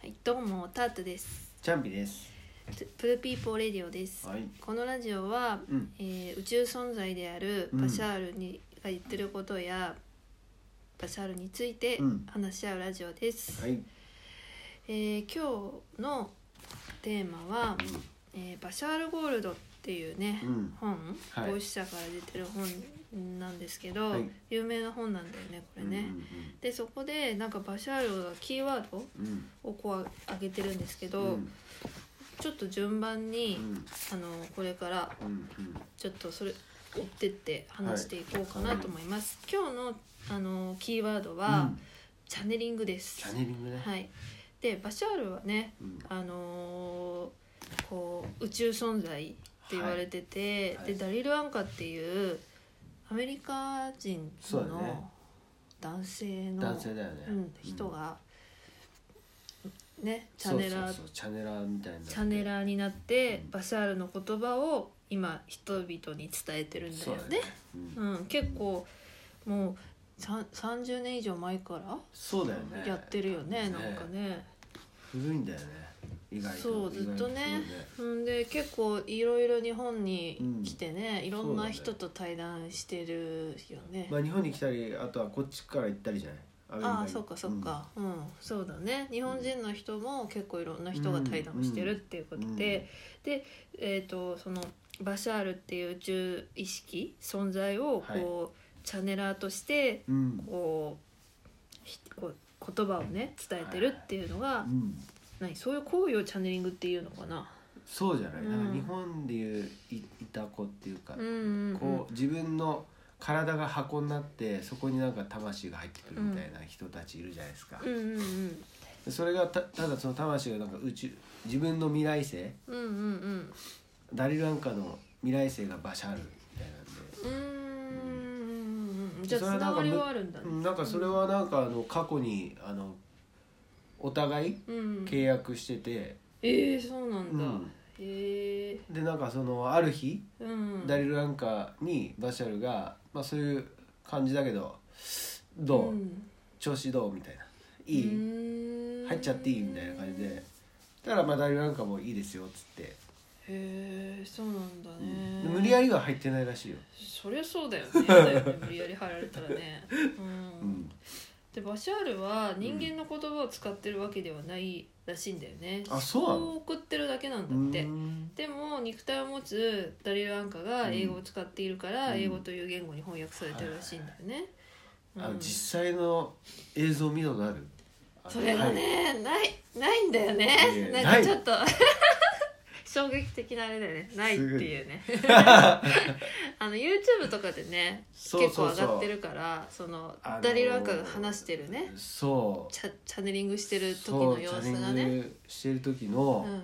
はい、どうもタートです。チャンピです。トゥプルピーポーレディオです。はい。このラジオは、うん。えー宇宙存在であるうんバシャールに、が言ってることやバシャールについてうん話し合うラジオです。はい。えー今日のテーマは、えーバシャールゴールドっていうね、うん本、はい合資者から出てる本なんですけど、はい有名な本なんだよねこれね。でそこでなんかバシャールがキーワードうん。うん。をこう上げてるんですけど、うんちょっと順番うに、ん。あのこれからうん。ちょっとそれ追ってって話していこうかなと思います、今日のあのキーワードうは、んチャネリングですチャネリングね。はいでバシャールはねうん。あのーこう宇宙存在って言われてて、はいではいダリル・アンカっていうアメリカ人そうだねの男性の男性だよね。うん、人が、ねチそャうそうネラーそう。チャネラーみたいな。チャネラーになってうんバシャールの言葉を今人々に伝えてるんだそようだねね。。うんうん、結構もうさん30年以上前からそうだよね。やってるよねなんか。ね。古いんだよね。意外と。そうずっとね意外うんで結構いろいろ日本に来てね、いろんそうだなね人と対談してるよねそう。まあ日本に来たり、あとはこっちから行ったりじゃない。アメリカにああそっかそっ。か、うんそうだね日本人の人も結構いろんな人が対談をしてるっていうことで、うんうんで、えー、とそのバシャールっていう宇宙意識存在をこう、チャネラーとしてうん。うん。こうひこう言葉をね伝えてるっていうのが、うん何そういう行為をチャネリングっていうのかな。そうじゃない。うんなんか日本でいういいたこっていうかうん。うんうんこう自分の体が箱になってそこになんか魂が入ってくるみたいな人たちいるじゃないですか、うんうんうんそれがたただその魂がなんか宇宙自分の未来性うんうんダリル・アンカの未来性がバシャールみたいなんでうんうんうんじゃあつそれはななんかがりはあるんだね。うんなんかそれはなんかあの過去にあのお互いうん、契約してて、えー、そうなんだ、うんへえでなんかそのある日うんダリル・アンカにバシャールが、まあ、そういう感じだけどどう、うん調子どうみたいなういい、ーん入っちゃっていいみたいな感じでだからまあダリルなんかもいいですよっつって、へえそうなんだね、無理やりは入ってないらしいよ、そりゃそうだよねだよね無理やり入られたら ねうん、うん、でバシャールは人間の言葉を使ってるわけではないらしいんだよね、あそうなの思考を送ってるだけなんうだって、んでも肉体を持つダリル・アンカが英語を使っているから、うん英語という言語に翻訳されてるらしいんだよね、うんあの実際の映像見たことあるそれがね、ないないんだよねいやいやなんかちょっと 衝撃的なあれだよねないっていうね あの YouTube とかでねそうそうそう結構上がってるからそのあのーダリル・アンカが話してるはねいそうチャチャネリングしてる時そのうチ様ャ子レがンねグしてる時の,、うん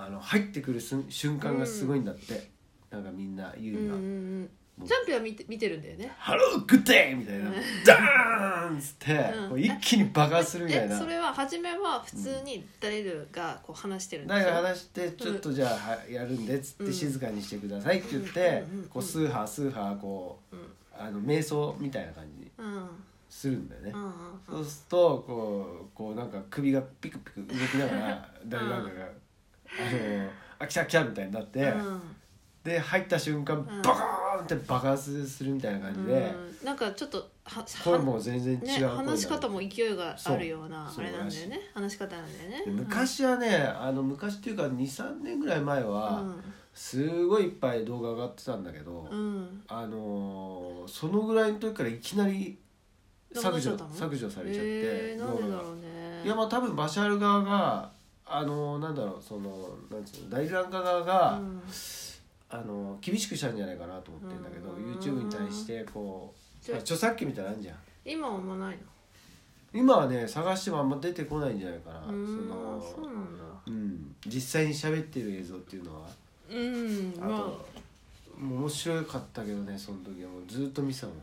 あの入ってくるすん瞬間がすごいんだって、なんかみんなうユんうーが、んうんチャンピオンは見て見てるんだよねハローグッデイ!」みたいな「ダーン!」っつって、うんこう一気に爆発するみたいえ なそれは初めは普通にダリルがこう話してるんだでかすらよ話してちょっとじゃあはやるんでっつっうんて静かにしてくださいって言ってうんうんうんこうスーハースーハーこううんあの瞑想みたいな感じにうんうんするんだよねうんうそんうするとこうこうなんか首がピクピク動きながら誰なんかがあのあきゃきゃみたいになってうんで入った瞬間んバカーンって爆発するみたいな感じでうんなんかちょっとは声も全然違う声ね、になる話し方も勢いがあるようなあそうれなんだよね話し方なんだよねで昔はねあの昔っていうか23年ぐらい前はすごいいっぱい動画上がってたんだけどうん、うん、あのーそのぐらいの時からいきなり削除なくなっちゃったの削除されちゃって、えー、なんでだろう脳ねがいやまあ多分バシャール側があのーなんだろうそのなんつうのダリランカ側が、うんあのー厳しくしたんじゃないかなと思ってんだけど、うん YouTube に対してこう、じゃまあ著作権みたいなのあるじゃん今はあんまない今はね探してもあんま出てこないんじゃないかな、のうんそあそうのなんだうん実際に喋ってる映像っていうのはうんあと、まもう面白かったけどねその時はもうずっと見てたもん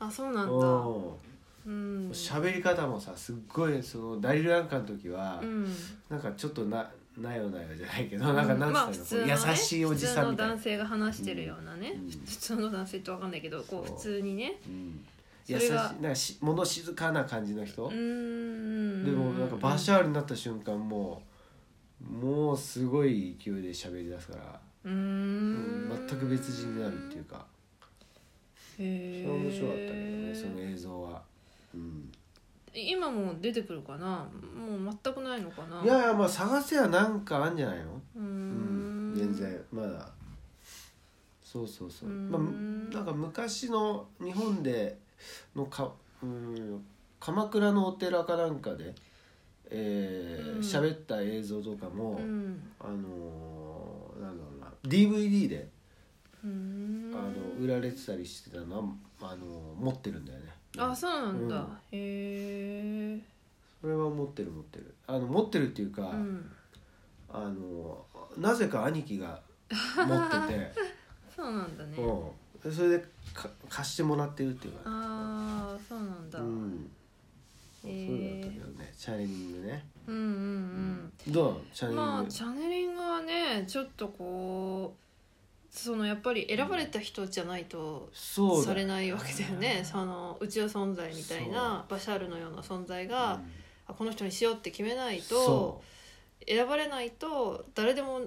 ああそうなんだうんうん喋り方もさすっごいそのダリル・アンカの時は、うんなんかちょっとななよなよじゃないけどなんかなんつったの、まあ普通のねこう優しいおじさんみた普通のいな男、性が話してるようなね、うん普通の男性ってわかんないけどこうそう普通にねうん優そしいれながんかし物静かな感じの人、うーんでもなんかバシャールになった瞬間もうもうすごい勢いで喋り出すから、うーうんん全く別人になるっていうかそへれえは面白かったけどねその映像は、うん、今も出てくるかなもう全くないのかないやいやまあ探せばなんかあんじゃないの、うーうんん全然まだそうそうそう、うんまあ、なんか昔の日本でのか、うん、鎌倉のお寺かなんかで喋、えーうん喋った映像とかも、うんあのーなんだろうな DVD で、うーんあの売られてたりしてたのは、あのー持ってるんだよねあそうなんだ、うんへえそれは持ってる持ってるあの持ってるっていうか、うんあのーなぜか兄貴が持って て、そうなんだねうん、それでか貸してもらってるっていうか、ああそうなんだ、ううん、ん、そうへーいうのだったけどねチャレンジングねうんうんどうなのチャレンジング、まあチャネリングはねちょっとこうそのやっぱり選ばれた人じゃないとそうだされないわけだよねその宇宙存在みたいなバシャールのような存在が、うんあこの人にしようって決めないとそ選ばれないと誰でも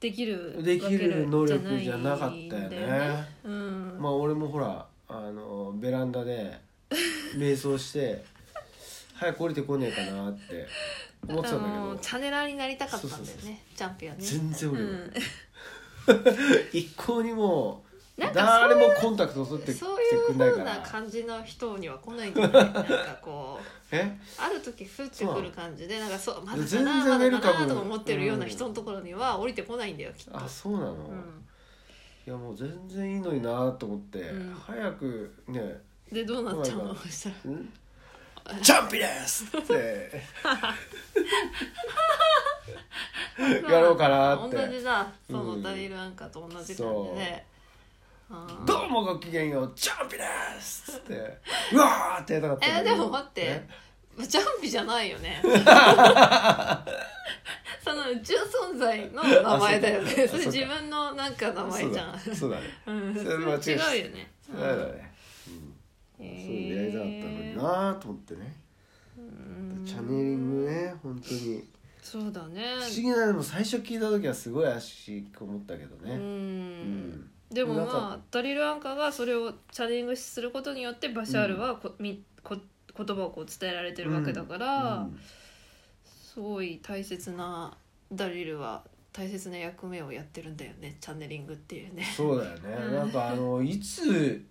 できるうできる能力わけじゃなかったよじゃないんだよねうん、まあ俺もほらあのベランダ で瞑想して早く降りてこねえかなって思ってたんだけあのどチャネラーになりたかったんだよねそうそうそうチャンピオンね全然俺はうん一向にもうなんか誰もコンタクト取ってきてそういうくふんないかうなら感じの人には来ないんじゃないなんかこうえある時降ってくる感じでなんかそうまだか全な然まウェだルかカムなとか思ってるようなうん人のところには降りてこないんだよきっと。あそうなの、うんいやもう全然いいのになと思って、うん早くねでどうなっちゃうまあのまそしたら ん「チャンピです!」って やろうかなって同じだそうんのダニエル・アンカと同じ感じで、あ「ーどうもごきげんようチャンピです!」ってうわーってやりたかったんえだーけでども待って、ねジャンピじゃないよ ねその宇宙存在の名前だよあそねうかそれ自分のなんか名前じゃんそうだそうだねうん、それ間違普通えた違うよねそうだね、うんうん、そういう出会いだったのになと思ってね、うんチャネリングね本当にそうだね不思議なでも最初聞いた時はすごい怪しく思ったけどうね、んんでもなんかまあダリル・アンカがそれをチャレンジすることによってバシャールはこ、みこ言葉をこう伝えられてるわけだから、うんすごい大切なダリルは大切な役目をやってるんだよねチャンネリングっていうね。そうだよね、うんなんかあのいつ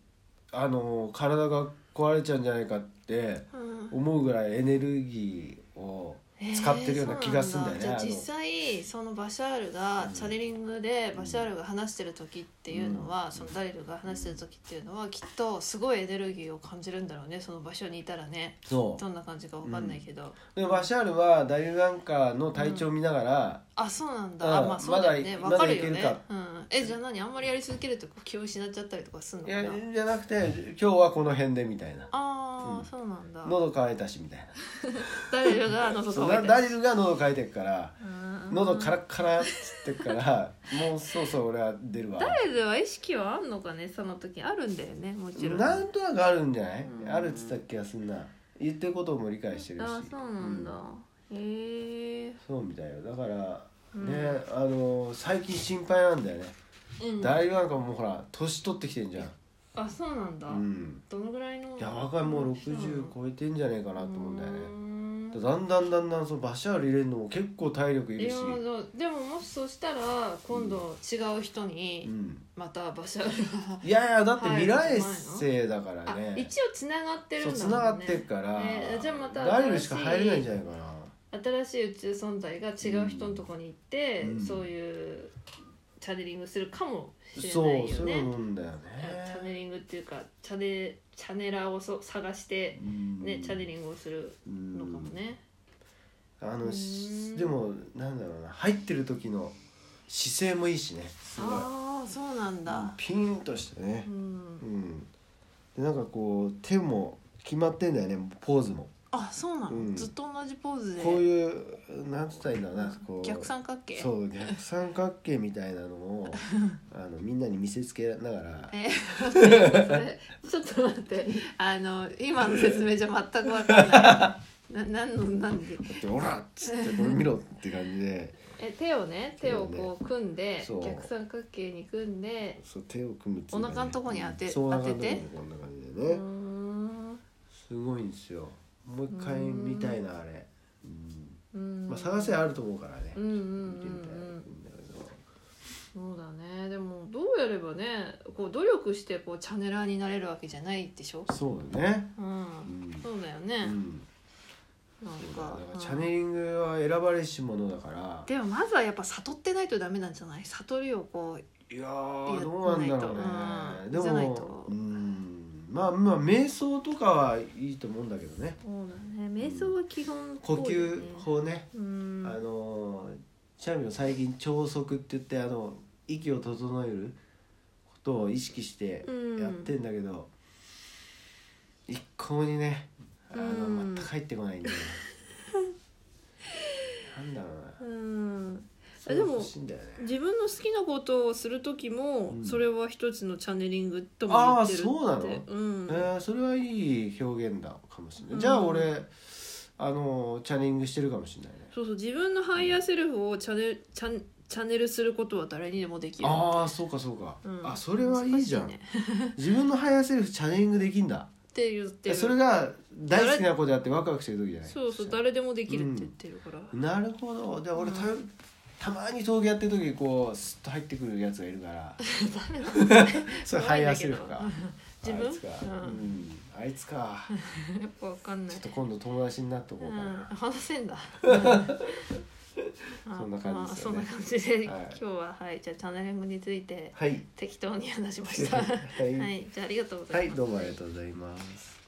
あの体が壊れちゃうんじゃないかってうん思うぐらいエネルギーを使ってるような気がするんだよねえーそうなじゃああの実際そのバシャールがうんチャネリングでバシャールが話してる時っていうのは、うんそのダリルが話してる時っていうのはきっとすごいエネルギーを感じるんだろうねその場所にいたらねそどんな感じかわかんないけど、うでバシャールはダリルランカーの体調を見ながら、あそうなんだ、ああまあそうだよねまわだかるよまだいねけるかうん、えじゃあ何あんまりやり続けると気を失っちゃったりとかするのいかやなじゃなくて今日はこの辺でみたいなああ、うんそうなんだ喉乾いたしみたいなダリルが喉そう乾ダいたダリルが喉乾いてるから喉カらラッカラっつってっ からもうそうそう俺は出るわダリルは意識はあんのかねその時あるんだよねもちろんなんとなくあるんじゃない、うんあるっつった気がすんな言ってることも理解してるしあそうなんだ、うんへえ、そうみたいよだから、うんねあの最近心配なんだよね、うん、ダリルなんかもうほら年取ってきてんじゃん、あそうなんだ、うん、どのぐらいのいや若いもう60か超えてんじゃねえかなと思うんだよねねだんだんだんだんそのバシャール入れるのも結構体力いいるやし、でももしそしたら今度違う人うにん、また場所が、いやいやだってはい未来生だからあね、一応つながってるんそだうもんねつながってるから、ねじゃあまたダリルしか入れないんじゃないかな新しい宇宙存在が違う人のとこに行って、うんそういうチャネリングするかもしれそうないよそうねいうもんだよねチャネリングっていうかチャネチャネラーをそ探して、ねチャネリングをするンのかもね、あのしうんでもなんだろうな入ってる時の姿勢もいいしねすごいああそうなんだピンとしてねううんんでなんかこう手も決まってんだよねポーズもあそうなの、うんずっと同じポーズでこういうなんつったらいいんだろうなこう逆三角形そう逆三角形みたいなの をあのみんなに見せつけながらえーそれちょっと待って あの今の説明じゃ全く分かんない ななんのなんで「おら!」っつって「これ見ろ!」って感じでえ手をね手を手をこう組んで、そう逆三角形に組んでそう手を組むっていうお腹のとこに当てそうお腹のとこ当にててこんな感じうでーねんすごいんですよもう一回見たいなあれ、うんうんまあ、探せあると思うからね、うんうん見てうみたいんうんんだけどそうだねでもどうやればねこう努力してこうチャネラーになれるわけじゃないでしょそうだねううんん、そうだようね、なん、んそうだかねだかうらんチャネリングは選ばれし者だからでもまずはやっぱ悟ってないとダメなんじゃない悟りをこういやーどうなんだろうねうんでじゃないもとうんまあまあ瞑想とかはいいと思うんだけどねそうだね瞑想は基本呼多いよね吸法ね、うんあのーチャミの最近超速って言ってあの息を整えることを意識してうんやってんだけど、一向にねあの、うん全く入ってこないんだよ ねなんだろうなうんそれでも欲しいんだよね自分の好きなことをする時も、うんそれは一つのチャネリングとも言ってるってあーそうなのうんえーそれはいい表現だかもしれない、うんじゃあ俺あのチャネリングしてるかもしれないねそうそう自分のハイヤーセルフをチャネチャンチャネルすることは誰にでもできるああそうかそうか、うんあそれはいいじゃん、難しね 自分のハイヤーセルフチャネリングできんだって言ってるそれが大好きなことやってワクワクしてる時じゃないそうそう誰でもできるって言ってるから、なるほどで俺た,、たまに陶芸やってる時にこうスッと入ってくるやつがいるから それハイヤーセルフか怖いんだけどあいつ自分か、ううんん、あいつかやっぱわかんないちょっと今度友達になっとこうかな、うん、話せんだ。 そんな感じですよまねあそんな感じで、はい今日ははいじゃあチャンネリングについてはい適当に話しました。は はい い、じゃあありがとうございます。はい、どうもありがとうございます。